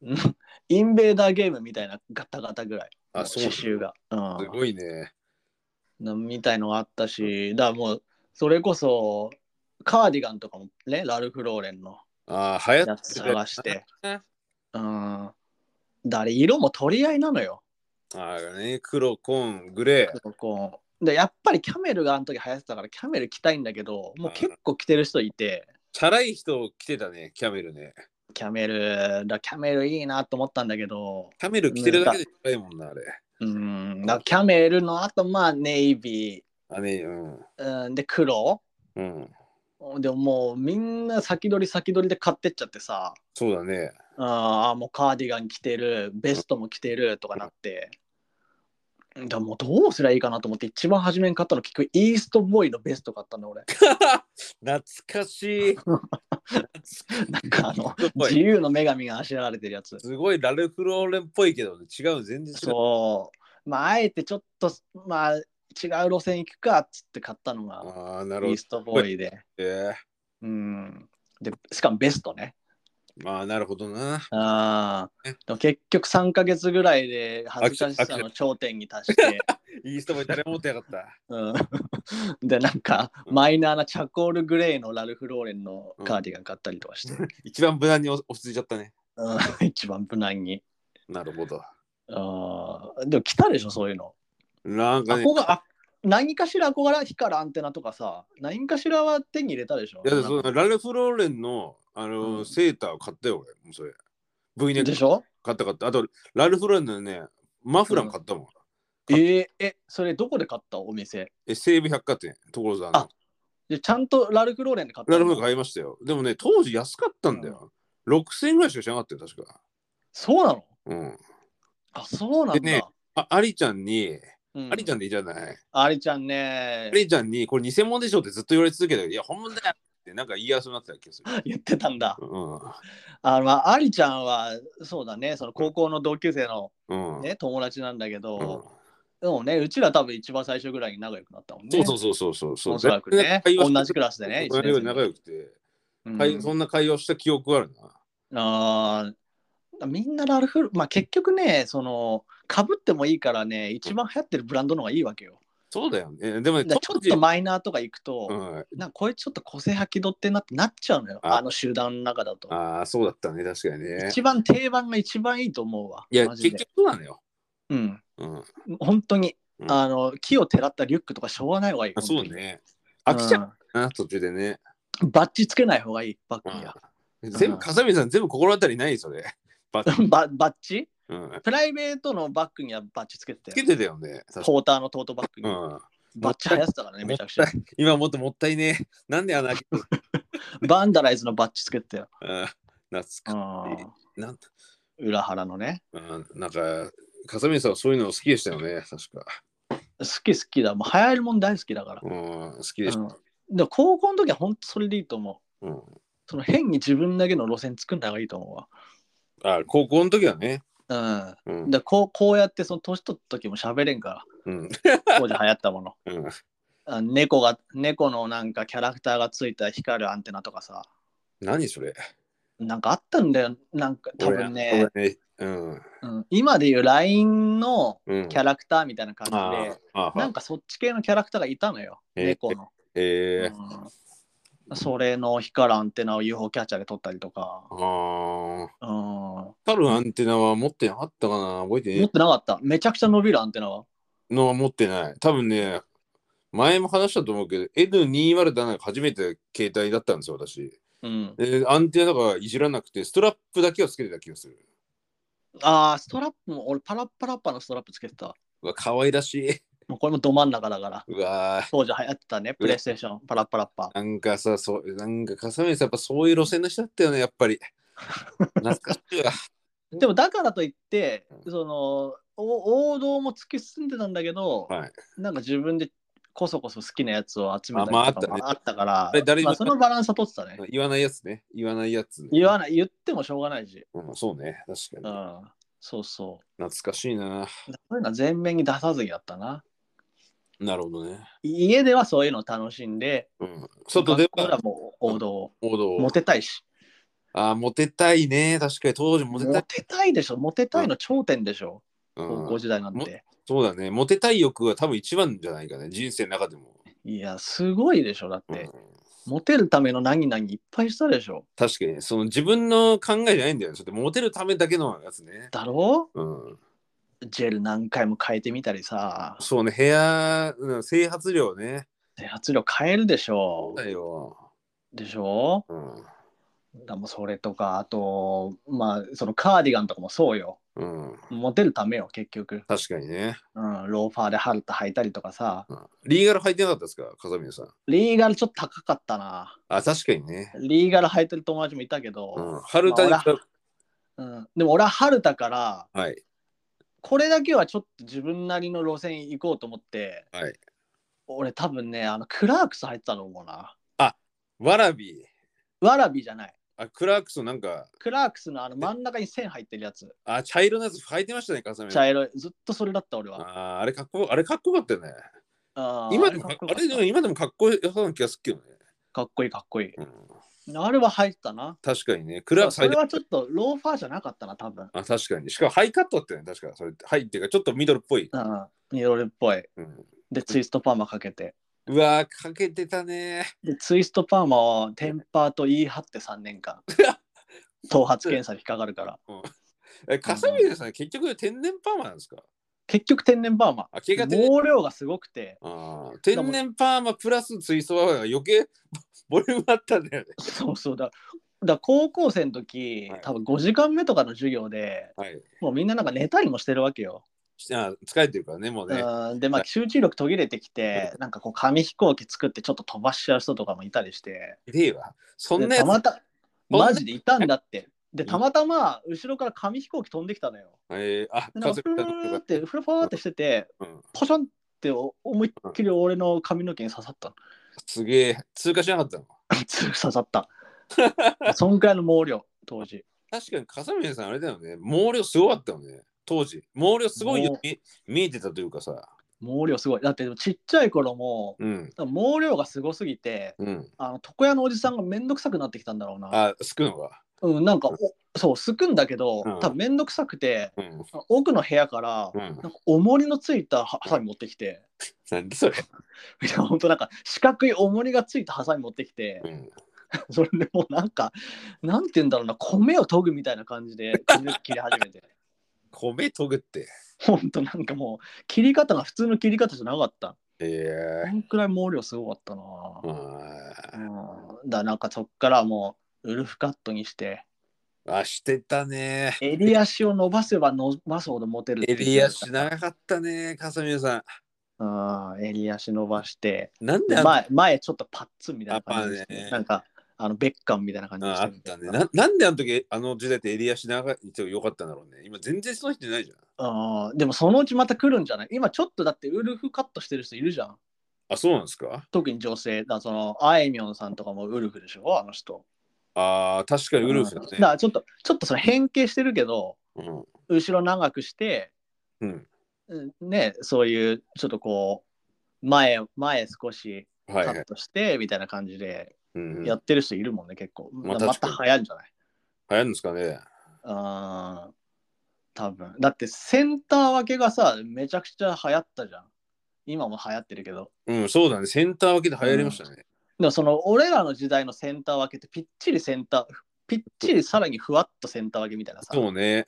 S2: うん インベーダーゲームみたいなガタガタぐらい。
S1: あ、そう
S2: 刺
S1: なんだ。す
S2: 繍が。うん
S1: ごいね。
S2: なみたいのがあったし、だからもう、それこそ、カーディガンとかもね、ラルフ・ローレンの
S1: ああ、流行
S2: や
S1: っ
S2: つ
S1: てた。あ
S2: 探して。うん。だあれ、色も取り合いなのよ。
S1: あーね、黒、紺、グレー。
S2: こうでやっぱりキャメルがあの時流行ってたからキャメル着たいんだけどもう結構着てる人いて
S1: チャラい人着てたね、キャメルね。
S2: キャメルだキャメルいいなと思ったんだけど
S1: キャメル着てるだけでチャラいもんな、あれ。
S2: うんだキャメルのあとまあネイビ
S1: あね、うん。
S2: ー、うん、で黒
S1: うん。
S2: でももうみんな先取り先取りで買ってっちゃってさ
S1: そうだね。
S2: あーもうカーディガン着てるベストも着てるとかなってだからもうどうすりゃいいかなと思って一番初めに買ったの結局イーストボーイのベスト買ったの俺
S1: 懐かしい。 懐
S2: なんかあの
S1: か
S2: 自
S1: しい。
S2: 由の女神があしらわれてるやつ
S1: すごいラルフローレンっぽいけど、違う、全然違う。
S2: そうまああえてちょっとまあ違う路線行くかっつって買ったのが
S1: ああ、な
S2: イ
S1: るほ
S2: ーストボーイで
S1: どね。
S2: うんでしかもベストね
S1: まあ、なるほどな。
S2: ああ
S1: え
S2: でも結局3ヶ月ぐらいで恥ずか
S1: 飽き
S2: し
S1: ちゃ
S2: さ
S1: う飽きちゃ
S2: の頂点に達 して
S1: イーストボーイ誰も持ってなかった。
S2: うん でなんか
S1: うん
S2: マイナーなチャコールグレーのラルフ・ローレンのカーディガン買ったりとかして、
S1: 一番無難に落ち着いちゃったね。
S2: うん 一番無難に
S1: なるほど。
S2: あーでも来たでしょそういうの
S1: なんかね、
S2: 憧あ何かしら憧れ光るアンテナとかさ何かしらは手に入れたでしょ
S1: いやそのラルフローレンのあの、
S2: うん
S1: セーターを買ったよ、俺。もうそれ。V ネッ
S2: で
S1: ク
S2: しょ
S1: 買った買った。あと、ラルフローレンのね、マフラーも買ったもん。
S2: えー、えそれどこで買ったお店
S1: え西武百貨店、所沢の
S2: あ。でちゃんとラルフ・ローレンで買った
S1: ラ
S2: の
S1: ルフローレン買いましたよ。でもね、当時安かったんだよ。6000円ぐらいしかしなかったよ、確か。
S2: そうなの
S1: うん。
S2: あそうなんだ、
S1: でねあ、アリちゃんに、
S2: うん
S1: アリちゃんでいいじゃない。
S2: ありちゃんね
S1: アリちゃんに、これ偽物でしょってずっと言われ続けて、いや、本物だよって、なんか言い合わせになってた気がする。
S2: 言ってたんだ
S1: う
S2: あまあ、アリちゃんはそうだねその高校の同級生の
S1: ん。うん。
S2: ね、友達なんだけ
S1: うん
S2: ど、でもね、うちら多分一番最初ぐらいに仲良くなったもんね。
S1: そうそうそうそうそうそう。
S2: おそらくね
S1: 全然会話して
S2: 同じクラスでね
S1: 同じよ
S2: 一年生
S1: うに仲良くて、
S2: うん
S1: 会そんな会話した記憶があるな。
S2: あーみんなラルフロ、まあ結局ね、その、かぶってもいいからね、一番流行ってるブランドの方がいいわけよ。
S1: そうだよね。でもね、
S2: だからちょっとマイナーとか行くと、
S1: うん、
S2: なんかこれちょっと個性派気取ってんなってなっちゃうのよ、
S1: あ
S2: あの集団の中だと。
S1: ああ、そうだったね、確かにね。
S2: 一番定番が一番いいと思うわ。
S1: いや、
S2: マ
S1: 結
S2: ジで
S1: 局そうなのよ。
S2: うん、
S1: うん。
S2: 本当に、
S1: うん
S2: あの、木をてらったリュックとかしょうがない方がいい。
S1: あ
S2: 本当
S1: そう
S2: に。
S1: ね。飽きちゃう
S2: う
S1: な、途中でね。
S2: んバッチつけない方がいい、バッグには。
S1: うん、全部、笠見さん、全部心当たりない、それ。バッ
S2: ババッチ
S1: うん、
S2: プライベートのバッグにはバッチつけて
S1: つ
S2: た
S1: け
S2: よ。
S1: てたよね。確か
S2: ポーターのトートバッ
S1: う
S2: グに。
S1: ん、
S2: バッチ流行ってたからね、
S1: も
S2: め
S1: っ
S2: ち
S1: た
S2: ゃ
S1: い
S2: くちゃ。
S1: 今もっともったいねえ。なんで穴開けた
S2: バンダライズのバッチつけてたよ。
S1: うん、懐かなん
S2: うん裏腹のね。
S1: うん、なんか、笠見さんはそういうの好きでしたよね、確か。
S2: 好き好きだ。もう流行るもん大好きだから。
S1: うん、好きでし
S2: う
S1: た。
S2: んでも高校の時は本当それでいいと思う。
S1: うん、
S2: その変に自分だけの路線作んだ方がいいと思うわ。
S1: あ高校の時はね。う
S2: うんだ
S1: ん
S2: か。らこうこうやってその年取った時も喋れんか
S1: うん。
S2: ら、当時流行ったもの。
S1: うん
S2: あ猫が、猫のなんかキャラクターがついた光るアンテナとかさ、
S1: 何それ
S2: なんかあったんだよ。なんか多分
S1: 俺
S2: ね
S1: は、俺はねうん。
S2: うん今でいう LINE の
S1: うん。
S2: キャラクターみたいな感
S1: あ
S2: じ
S1: ー
S2: で、
S1: あー。
S2: なんかそっち系のキャラクターがいたのよ、
S1: えー
S2: 猫の、
S1: ええ
S2: うんそれの光るアンテナを UFO キャッチャーで撮ったりとか、
S1: ああ。
S2: うん、持
S1: 光るアンテナは持ってなかったかな覚えて
S2: っ
S1: ね
S2: てなかった。めちゃくちゃ伸びるアンテナは。
S1: のは持ってない。多分ね、前も話したと思うけど、N207 が初めて携帯だったんですよ、私。
S2: うん。
S1: でアンテナとかいじらなくて、ストラップだけをつけてた気がする。
S2: ああ、ストラップも、俺、パラッパラッパのストラップつけてた。
S1: うわ、可愛らしい。
S2: もうこれもど真ん中だから。
S1: うわー
S2: 当時流行ってたね、プレイステーション、パラッパラッパ。
S1: なんかさ、そうなんか笠森さん、やっぱそういう路線の人だったよね、やっぱり。懐かし いわ。
S2: でも、だからといって
S1: う、
S2: その、お王道も突き進んでたんだけど、
S1: はい
S2: なんか自分でこそこそ好きなやつを集めたり
S1: あまあ
S2: と
S1: あった
S2: か
S1: ね
S2: もあったから、
S1: れ誰にも
S2: まあ、そのバランスは取ってたね。
S1: 言わないやつね。言わないやつ。
S2: 言わない、言ってもしょうがないし。
S1: うん、そうね。確
S2: う
S1: かに。
S2: ん。そうそ
S1: 懐かしいな。
S2: う。そういうのは全面に出さずにやったな。
S1: なるほどね。
S2: 家ではそういうのを楽しんで、
S1: うん、外で
S2: 学校
S1: は
S2: はもう王道を。
S1: 王道
S2: モテたいし。
S1: あーモテたいね。確かに当時モ
S2: モ
S1: テたい
S2: テ。たいでしょ。モテたいの頂点でしょ。高
S1: う
S2: 校
S1: ん、
S2: 時代なんて。
S1: そうだね。モテたい欲が多分一番じゃないかね。人生の中でも。
S2: いや、すごいでしょ。だっ
S1: うん
S2: て、モテるための何々いっぱいしたでしょ。
S1: 確かに、その自分の考えじゃないんだよね。それってモテるためだけのやつね。
S2: だろ
S1: うん、
S2: ジェル何回も変えてみたりさ、
S1: そうね、部屋、うん、整髪料ね。
S2: で圧力変えるでし
S1: そ
S2: ょ
S1: う。だよ。
S2: でしょ
S1: うん。
S2: だもうそれとか、あと、まあ、そのカーディガンとかもそうよ。
S1: うん、
S2: モテるためよ、結局。
S1: 確かにね、
S2: うん、ローファーでハルタ履いたりとかさ。
S1: うんリーガル履いてなかったですか、風見さん。
S2: リーガルちょっと高かったな。
S1: あ、確かにね。
S2: リーガル履いてる友達もいたけ
S1: う
S2: ど、
S1: ん、春田に
S2: まあうん、でも俺はハルタから、
S1: はい。
S2: これだけはちょっと自分なりの路線行こうと思って、
S1: はい
S2: 俺多分ねあのクラークス入ってたと思うな
S1: わらび。
S2: わらびじゃない
S1: あ、クラークスのなんか、
S2: クラークスのあの真ん中に線入ってるやつ
S1: あ、茶色のやつ履いてましたね、風見さん。
S2: 茶色いずっとそれだった俺は
S1: あーあれかっこあれかっこよかったよね。
S2: あー
S1: 今でも
S2: あ
S1: か
S2: れ
S1: っ
S2: か
S1: こ
S2: っ
S1: あ
S2: こ
S1: れ
S2: よか
S1: で
S2: っ
S1: も
S2: た
S1: 今でもかっこよさな気がするけどね。
S2: かっこいいかっこいい
S1: うん、
S2: あれは入ってたな
S1: 確かにね。クラブ
S2: そ
S1: 最
S2: れ
S1: 大
S2: はちょっとローファーじゃなかったな多分
S1: あ確かに。しかもハイカットだったよね。確かそれって。ハイっていうかちょっとミドルっぽい。
S2: うん緑っぽい
S1: うん、
S2: でツイストパーマかけて
S1: うわーかけてたね。
S2: でツイストパーマをテンパーと言い張って3 年間頭髪検査に引っかかるから
S1: え、笠宮さん、結局天然パーマなんですか
S2: 結局天然パーマ
S1: あ、毛が天然
S2: 毛量がすごくて
S1: あー天然パーマプラス水槽は余計 ボリュームあったんだよね。
S2: そうそうだ。だ高校生の時、
S1: はい
S2: 多分5時間目とかの授業で
S1: はい。
S2: もうみんななんか寝たりもしてるわけよ。
S1: あ疲れてるからね、もうね。
S2: うんでまあ集中力途切れてきてなんかこう紙飛行機作ってちょっと飛ばしちゃう人とかもいたりして
S1: いねえわ。そんな
S2: で
S1: や
S2: た
S1: つ。
S2: また
S1: そんな
S2: マジでいたんだって。でたまたま後ろから紙飛行機飛んできたのよ。
S1: えー、あ、
S2: でなん
S1: 風
S2: かフ
S1: 見
S2: ル
S1: さんの
S2: ー
S1: 方
S2: っ
S1: が
S2: てフルファーってしてて
S1: うん
S2: ポシャンって思いっきり俺の髪の毛に刺さったの。
S1: すげえ、通過しなかったの。
S2: 刺さ った。そんくらいの毛量当時。
S1: 確かに笠宮さんあれだよね毛量すごかったよね当時毛量すごいよ
S2: もう
S1: み見えてたというかさ
S2: 毛量すごい。だってちっちゃい頃も
S1: うん
S2: 毛量がすごすぎて
S1: うん
S2: あの床屋のおじさんがめんどくさくなってきたんだろうな、
S1: あすくのが
S2: うん、なんかおそうすくんだけど、
S1: うん
S2: 多分めんどくさくて
S1: うん
S2: 奥の部屋から
S1: うん
S2: なんか重りのついたはハサミ持ってきて
S1: なんでそれ
S2: いや本当なんか四角い重りがついたハサミ持ってきて
S1: うん
S2: それでもうなんかなんて言うんだろうな米を研ぐみたいな感じで切り切り始めて
S1: 米研ぐって
S2: 本当なんかもう切り方が普通の切り方じゃなかった
S1: え
S2: こんくらい毛量すごかったな、
S1: えー、
S2: うん、だなんかそっからもうウルフカットにして
S1: あしてたね
S2: 襟足を伸ばせば伸ばすほどモテるって
S1: 襟足長かったね笠宮さ
S2: うん襟足伸ばして
S1: んなんであ
S2: で
S1: んな
S2: 前前ちょっとパッツンみたいな感じでし
S1: あ
S2: て、
S1: まあね
S2: なんかあのベッカムみたいな感じで
S1: あ
S2: し
S1: あ
S2: て
S1: ったねななんであの時あの時代って襟足長い人が良かったんだろうね今全然その人いないじゃん
S2: うんでもそのうちまた来るんじゃない今ちょっとだってウルフカットしてる人いるじゃん
S1: あそうなんですか
S2: 特に女性だそのあいみょんさんとかもウルフでしょあの人
S1: あー確かにウルフだ
S2: うんだ
S1: ね
S2: からちょっとちょっとその変形してるけど
S1: うん
S2: 後ろ長くして
S1: うん
S2: うんねそういうちょっとこう前前少し
S1: はい
S2: カ
S1: はい
S2: ットしてみたいな感じで
S1: うんうん
S2: やってる人いるもんね、結構。
S1: まあ
S2: だからま
S1: 確か
S2: た
S1: に
S2: 流行るんじゃない
S1: 流行るんですかね
S2: あー多分だってセンター分けがさ、めちゃくちゃ流行ったじゃん。今も流行ってるけど。
S1: うん、そうだね。センター分けで流行りましたね。
S2: でもその俺らの時代のセンター分けってぴっちりセンター、ぴっちりさらにふわっとセンター分けみたいなさ、
S1: そうね。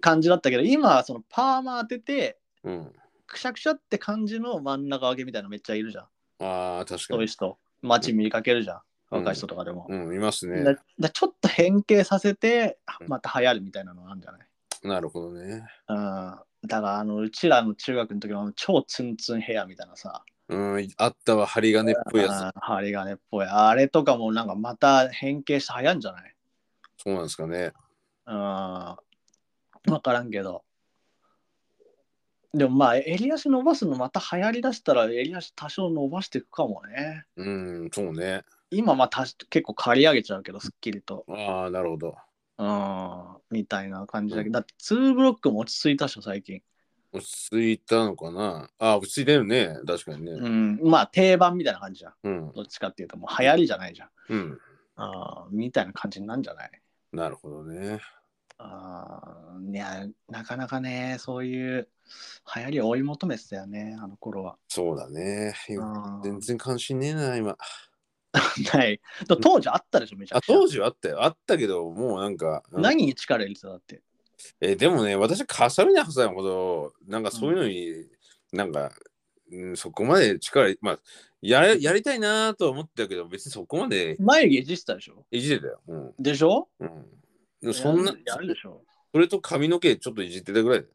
S2: 感じだったけど、今はそのパーマ当てて、
S1: うん。
S2: くしゃくしゃって感じの真ん中分けみたいなのめっちゃいるじゃん。
S1: ああ、確か
S2: そういう
S1: に。
S2: 人。街見かけるじゃん。
S1: うん
S2: 若い人とかでも。
S1: うん、います
S2: だ
S1: ね。
S2: だちょっと変形させて
S1: うん、
S2: また流行るみたいなのあるんじゃない
S1: なるほどね。
S2: うん。だから、あの、うちらの中学の時のあの超ツンツンヘアみたいなさ、
S1: うん、あったわ、針金っぽいや
S2: あー針金っぽい。あれとかもなんかまた変形して流行んじゃない
S1: つ。そうなんですかね。
S2: うん。わからんけど。でもまあ、襟足伸ばすのまた流行りだしたら、襟足多少伸ばしていくかもね。
S1: うん、そうね。
S2: 今まあたし結構刈り上げちゃうけど、すっきりと。
S1: ああ、なるほど。
S2: うん、みたいな感じだけ
S1: うん
S2: ど、だって2ブロックも落ち着いたっしょ、最近。
S1: 落ち着いたのかなああ、落ち着いてるね。確かに
S2: う
S1: ね。
S2: ん、まあ定番みたいな感じじゃん。
S1: うん。
S2: どっちかっていうと、もう流行りじゃないじゃん。
S1: うん。
S2: あーみたいな感じになんじゃない
S1: なるほどね。
S2: あーいや、なかなかね、そういう流行りを追い求めてたよね、あの頃は。
S1: そうだね。今
S2: う
S1: 全
S2: ん、
S1: 然関心ねえな、今。
S2: ない。でも当時あったでしょ、めちゃ
S1: あ
S2: くちゃ。
S1: 当時はあったよ。あったけど、もうなんか。うん
S2: 何に力入れてただって。
S1: えーでもね、私、カサミナハさんほど、なんかそういうのに、なんか、うん、そこまで力、まあ、やれやりたいなとは思ってたけど、別にそこまで
S2: 眉毛いじってたでしょ
S1: いじってたよ。うん。
S2: でしょ
S1: うん、でもそんな
S2: やるやるでしょ。
S1: それと髪の毛ちょっといじってたぐらいだ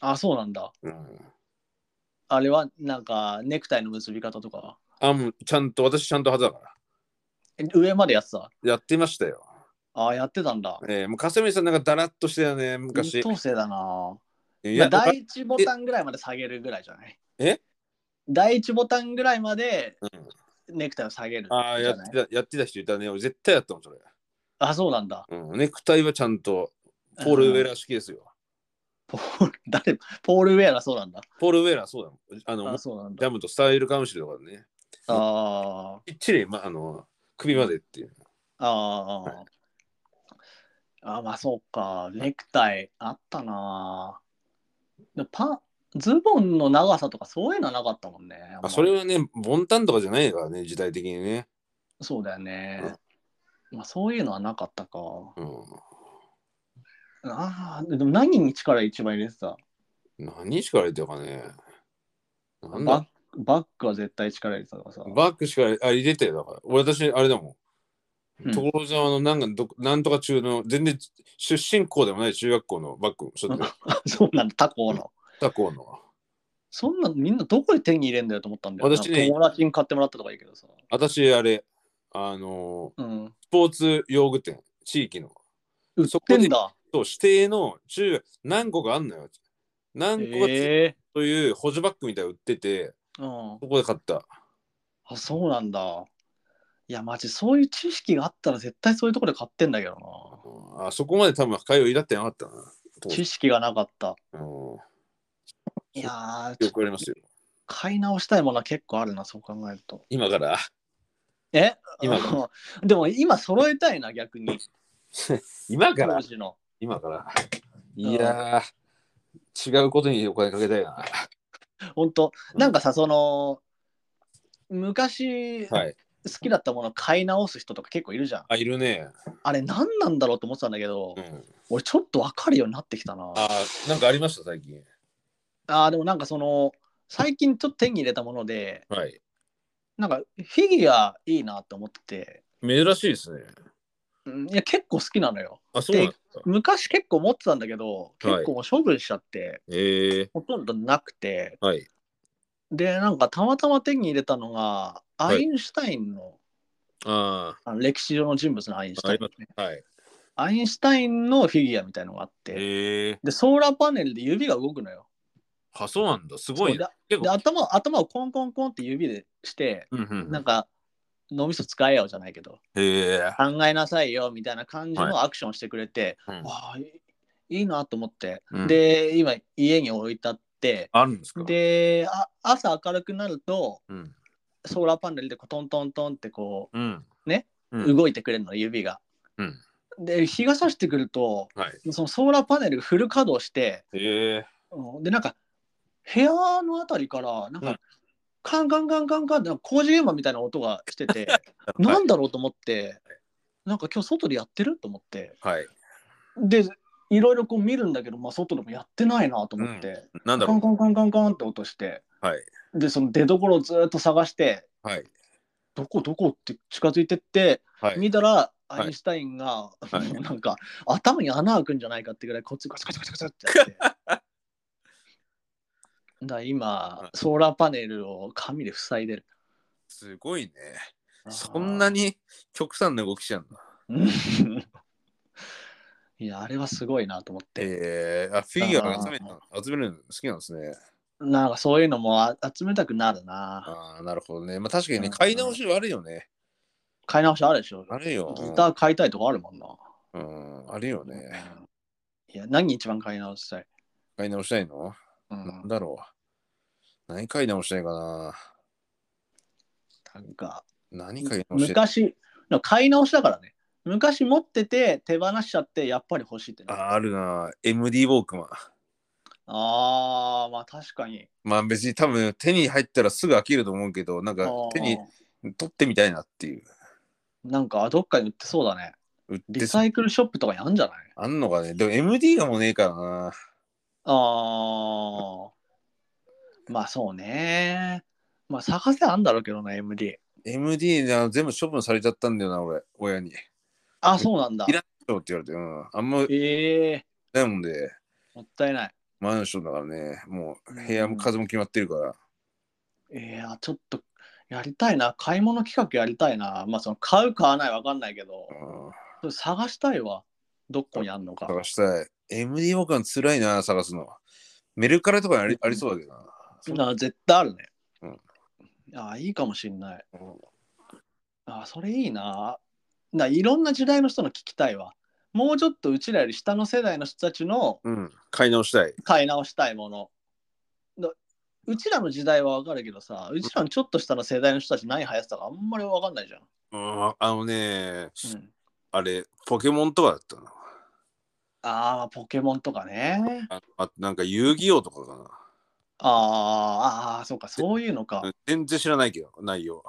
S2: あ、そうなんだ。
S1: な。うん。
S2: あれは、なんか、ネクタイの結び方とかは
S1: あ、もうちゃんと、私ちゃんと肌だから。
S2: え上までやってた
S1: やってましたよ。
S2: ああ、やってたんだ。
S1: えー、もうカサミナハさんなんかだらっとしてたよね、昔
S2: 優。等生だな。
S1: い
S2: まあ、
S1: や、
S2: 第一ボタンぐらいまで下げるぐらいじゃない
S1: え
S2: 第一ボタンぐらいまで
S1: うん
S2: ネクタイを下げるじゃ
S1: ああ、
S2: ない
S1: やってた、やってた人いたね。俺絶対やったもん、それ。
S2: あそうなんだ。
S1: うん。ネクタイはちゃんと、ポールウェラー式ですよ。
S2: ポール誰ポールウェアがそうなんだ。
S1: ポールウェラー、そうだもん。あの、
S2: あそうなん
S1: ダ
S2: だ。
S1: ムとスタイルカウンシルとかね、
S2: あ
S1: きっちり、ま、あの首までっていう。
S2: あ。あーあー。まあそうか。ネクタイあったな。でパンズボンの長さとかそういうのはなかったもんね。あんま
S1: あ
S2: り
S1: それはね、ボンタンとかじゃないからね、時代的にね。
S2: そうだよね。まあそういうのはなかったか。
S1: うん、
S2: ああ、でも何に力一番入れてた
S1: 何しか入れてたかね。なん
S2: バッ
S1: だ
S2: クバックは絶対力入れてたからさ。
S1: バックしかあ入れてよだから。俺私、あれだも
S2: うん
S1: ん。所沢のなんかどなんとか中の、全然出身校でもない中学校のバッグ、ちょっと
S2: そうなんだ、他校の。
S1: 他校の。
S2: そんなのみんなどこで手に入れんだよと思ったんだよ。
S1: 私ね
S2: 友達に買ってもらったとかいいけどさ。
S1: 私、あれ、あの
S2: うん。
S1: スポーツ用具店、地域の。
S2: 売ってんだ。
S1: そう、指定の中学、何個かあんのよ。何個かつ
S2: ええ
S1: そういう補助バッグみたいなの売ってて、
S2: うん。
S1: そこで買った。
S2: あ、そうなんだ。いや、マジそういう知識があったら絶対そういうところで買ってんだけどな。
S1: あそこまで多分通いだってなかったな。当時
S2: 知識がなかった。
S1: うん
S2: いやー、ちょ
S1: よく
S2: っと
S1: ありますよ。
S2: 買い直したいものは結構あるな、そう考えると。
S1: 今から。
S2: え
S1: 今
S2: の でも今揃えたいな、逆に。
S1: 今か
S2: 当
S1: ら
S2: 時の。
S1: 今から。いやー、違うことにお金かけたいな。
S2: 本当
S1: うん
S2: なんかさ、その、昔、
S1: はい。
S2: 好きだったものを買い直す人とか結構いるじゃん。
S1: あ、いるね。
S2: あれ何なんだろうと思ってたんだけど、
S1: うん、
S2: 俺ちょっと分かるようになってきたな。あ
S1: あー、なんかありました、最近。
S2: あー、でもなんかその、最近ちょっと手に入れたもので、
S1: はい。
S2: なんかフィギュアいいなって思ってて、
S1: 珍しいですね。
S2: うんいや結構好きなのよ。
S1: あ、そうなんだ。
S2: 昔結構持ってたんだけど、結構もう処分しちゃって、
S1: ええ
S2: ほとんどなくて、
S1: はい。
S2: で、なんかたまたま手に入れたのが、ア
S1: はい
S2: インシュタインの、
S1: あ
S2: あの歴史上の人物のアインシュタインね、
S1: あ、はい。
S2: アインシュタインのフィギュアみたいのがあって、
S1: ええ
S2: で、ソーラーパネルで指が動くのよ。
S1: あ、そうなんだ。すごい
S2: そ
S1: ね
S2: う。で
S1: 結
S2: で
S1: 構。
S2: 頭を頭をコンコンコンって指でして、
S1: うんうん
S2: なんか脳みそ使えよじゃないけど
S1: へえ。
S2: 考えなさいよみたいな感じのアクションをしてくれて、
S1: うん
S2: わあいいいなと思って、
S1: うん
S2: で今家に置いてあって
S1: あるんですか
S2: であ朝明るくなると
S1: うん。
S2: ソーラーパネルでこうトントントンってこ
S1: うん。
S2: ね
S1: う。
S2: うん動いてくれるの指が。
S1: うん
S2: で日が差してくると
S1: はい。
S2: そのソーラーパネルフル稼働して
S1: へえ。
S2: うんでなんか部屋のあたりからなんか、
S1: うん
S2: カンカンカンカンカンってなんか工事現場みたいな音がしててなんだろうと思ってなんか今日外でやってると思って
S1: はい。
S2: でいろいろこう見るんだけど、まあ、外でもやってないなと思って、
S1: なんだ
S2: カ
S1: ろ
S2: ンカンカンカンカンって音して
S1: う。はい。
S2: で、その出どころをずっと探して、
S1: はい。
S2: どこどこって近づいてって、
S1: はい。
S2: 見た
S1: い
S2: ら、アインシュタインが、
S1: はい
S2: もう なんか頭に穴開くんじゃないかってぐらいこっちガチャガチャガチャガチャ ってやってだから今ソーラーパネルを紙で塞いでる
S1: すごいね。そんなに極端な動きしちゃうんだ。
S2: うん いやあれはすごいなと思って、
S1: えー、あ、フィギュア集めた集めるの好きなんですね。
S2: なんかそういうのもあ集めたくなるな
S1: ああ、なるほどね。まあ確かにね、
S2: うん
S1: 買い直しはあるよね。
S2: 買い直しあるでしょ
S1: あるよ。
S2: ギター買いたいとかあるもんな、
S1: うん、あるよね。
S2: いや何一番買い直したい、
S1: 買い直したいの、
S2: う
S1: なん
S2: ん、
S1: だろう。何買い直したいかな
S2: なんか
S1: 何買い直したい
S2: 昔なんか買い直しだからね昔持ってて手放しちゃってやっぱり欲しいってなあ
S1: ああるな。MD ウォークマン。
S2: あーまあ確かに
S1: まあ別に多分手に入ったらすぐ飽きると思うけど、なんか
S2: あー
S1: 手に取ってみたいなっていう。
S2: なんかどっかに売ってそうだね
S1: 売っ
S2: リ
S1: て
S2: サイクルショップとかにあるんじゃない
S1: あんのかね。でも MD がもうねえからな。
S2: ああまあそうねまあ探せあんだろうけどな MD
S1: MD な全部処分されちゃったんだよな、俺、親に。
S2: あそうなんだ
S1: いらそうって言われて、うん。あんま
S2: ええ
S1: ないもんで、
S2: もったいない
S1: マンションだからね、もう部屋も数も決まってるから。
S2: えー、あちょっとやりたいな買い物企画やりたいなまあその買う買わないわかんないけど
S1: うん
S2: それ探したいわどこにあんのか
S1: 探したい。MD ボカンつらいな、探すの。メルカラとかにあり,、ありそうだけどな。そう
S2: な絶対あるね。
S1: うん
S2: ああいいかもしんない。
S1: うん
S2: ああそれいいな。ないろんな時代の人の聞きたいわ。もうちょっとうちらより下の世代の人たちの
S1: うん。買い直したい。
S2: 買い直したいもの。だうちらの時代はわかるけどさ、うちらのちょっと下の世代の人たち何流行ってたかあんまりわかんないじゃん。
S1: うん、あのね、
S2: うん、
S1: あれ、ポケモンとかだったな。
S2: ああ、ポケモンとかね。
S1: ああなんか遊戯王とかか
S2: あーあー、そうか、そういうのか
S1: な。。全然知らないけど、内容。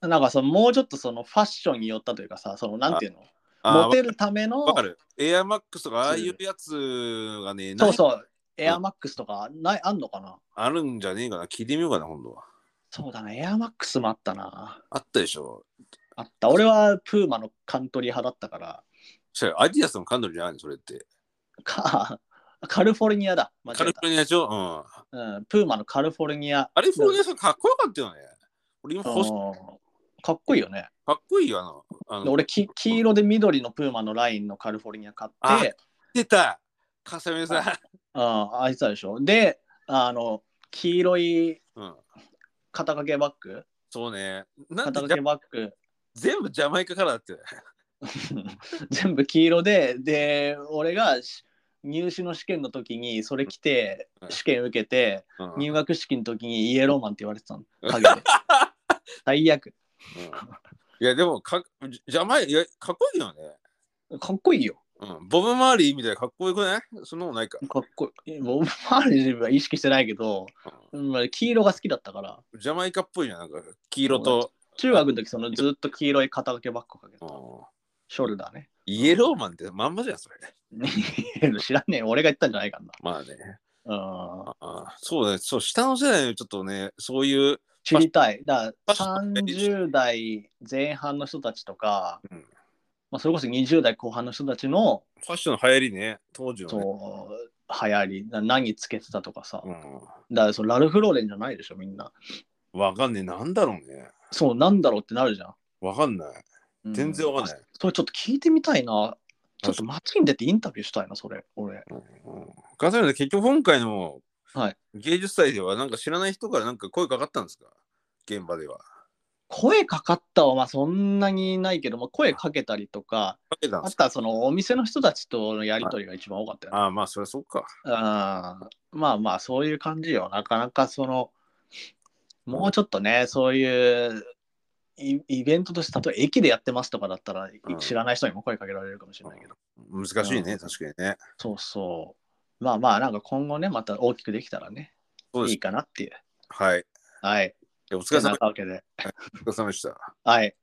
S2: なんかそのもうちょっとそのファッションによったというかさ、そのなんていうの
S1: あ
S2: モテるための。
S1: わかる。エアマックスとか、ああいうやつがね、
S2: そう
S1: う
S2: そう、エアマックスとかない、あんのかな
S1: あるんじゃねえかな。聞いてみようかな、今度は。
S2: そうだね、エアマックスもあったな。
S1: あったでしょ。
S2: あった。俺はプーマのカントリー派だったから、
S1: そしたらアディダスのカンドルじゃないの、それって。
S2: かカルフォルニアだ。間違
S1: カ
S2: え
S1: ルフ
S2: た
S1: ォルニアでしょうん。
S2: うん、プーマのカルフォルニア。
S1: カリフォルニアさんかっこよかったよね。俺今欲しい、
S2: うんかっこいいよね。
S1: かっこいいよな。あ
S2: で
S1: の、
S2: 俺き、黄色で緑のプーマのラインのカルフォルニア買って、
S1: 出たかさめさん。
S2: ああいつらでしょ。で、あの、黄色い
S1: うん。
S2: 肩掛けバッグ
S1: そうね。なん
S2: 肩
S1: か
S2: 掛けバッグ
S1: 全部ジャマイカからだって。
S2: 全部黄色でで俺がし入試の試験の時にそれ着て
S1: うん
S2: 試験受けて
S1: うん
S2: 入学式の時にイエローマンって言われてたの影 で最悪
S1: うんいや、でもか、ジジャマイいやかっこいいよね。
S2: かっこいいよ
S1: うん。ボブ・マーリーみたいなかっこよくないそんなもんないか。
S2: かっこいいもう周りは意識してないけど、まあ、黄色が好きだったから
S1: ジャマイカっぽいじゃん。なんか、黄色と、
S2: 中学の時そのずっと黄色い肩掛けバッグかけてた
S1: うん
S2: ショルダーね
S1: イエローマンってまんまじゃん、それ。
S2: 知らねえ俺が言ったんじゃないか
S1: まあね。
S2: なうん
S1: ああそうだね。そう、下の世代のちょっとね、そういう、
S2: 知りたい。だから
S1: ファッシ
S2: 30代前半の人たちとか、
S1: うん
S2: まあ、それこそ20代後半の人たちの
S1: ファッションの流行りね、当時の、ね。
S2: そう流行りな何つけてたとかさ、
S1: うん
S2: だからそのラルフ・ローレンじゃないでしょみんな
S1: わかんねえ。なんだろうね。
S2: そうなんだろうってなるじゃん、
S1: わかんない。
S2: うん
S1: 全然わかんない
S2: あそれちょっと聞いてみたいなちょっと街に出てインタビューしたいなそれ俺
S1: うん。ガサリンさん結局今回の
S2: はい
S1: 芸術祭では、なんか知らない人からなんか声かかったんですか現場では。
S2: 声かかったはまあそんなにないけど、まあ、声かけたりとか
S1: かけたんで
S2: あ
S1: す
S2: と
S1: か
S2: はそのお店の人たちとのやり取りが一番多かったよね
S1: ああ、まあ、そりゃそうか。
S2: あーまあまあそういう感じよなかなかそのもうちょっとねそういうイイベントとして例えば駅でやってますとかだったら、い
S1: うん
S2: 知らない人にも声かけられるかもしれないけど、
S1: 難しいね、
S2: うん
S1: 確かにね。
S2: そうそうまあまあなんか今後ねまた大きくできたらね
S1: そうで
S2: い
S1: す。
S2: いかなっていう
S1: はい。い
S2: はい
S1: やお疲れ
S2: そん
S1: 様
S2: なわけで
S1: お疲れ様でした。
S2: はい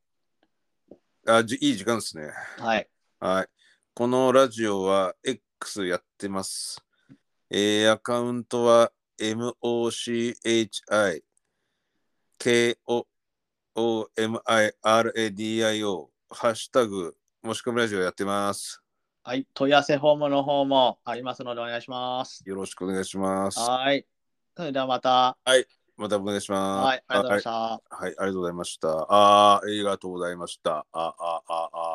S1: あじいい時間ですね。
S2: はい
S1: はい。このラジオは X やってます。えーアカウントは MOCHIKOMIRADIO、ハッシュタグ、もし込みラジオやってます。
S2: はい、問い合わせフォームの方もありますのでお願いします。
S1: よろしくお願いします。
S2: はい。それではまた。
S1: またお願いします。
S2: はい、ありがとうございまし
S1: あ
S2: た。
S1: はい、ありがとうございました。あーありがとうございました。ああああ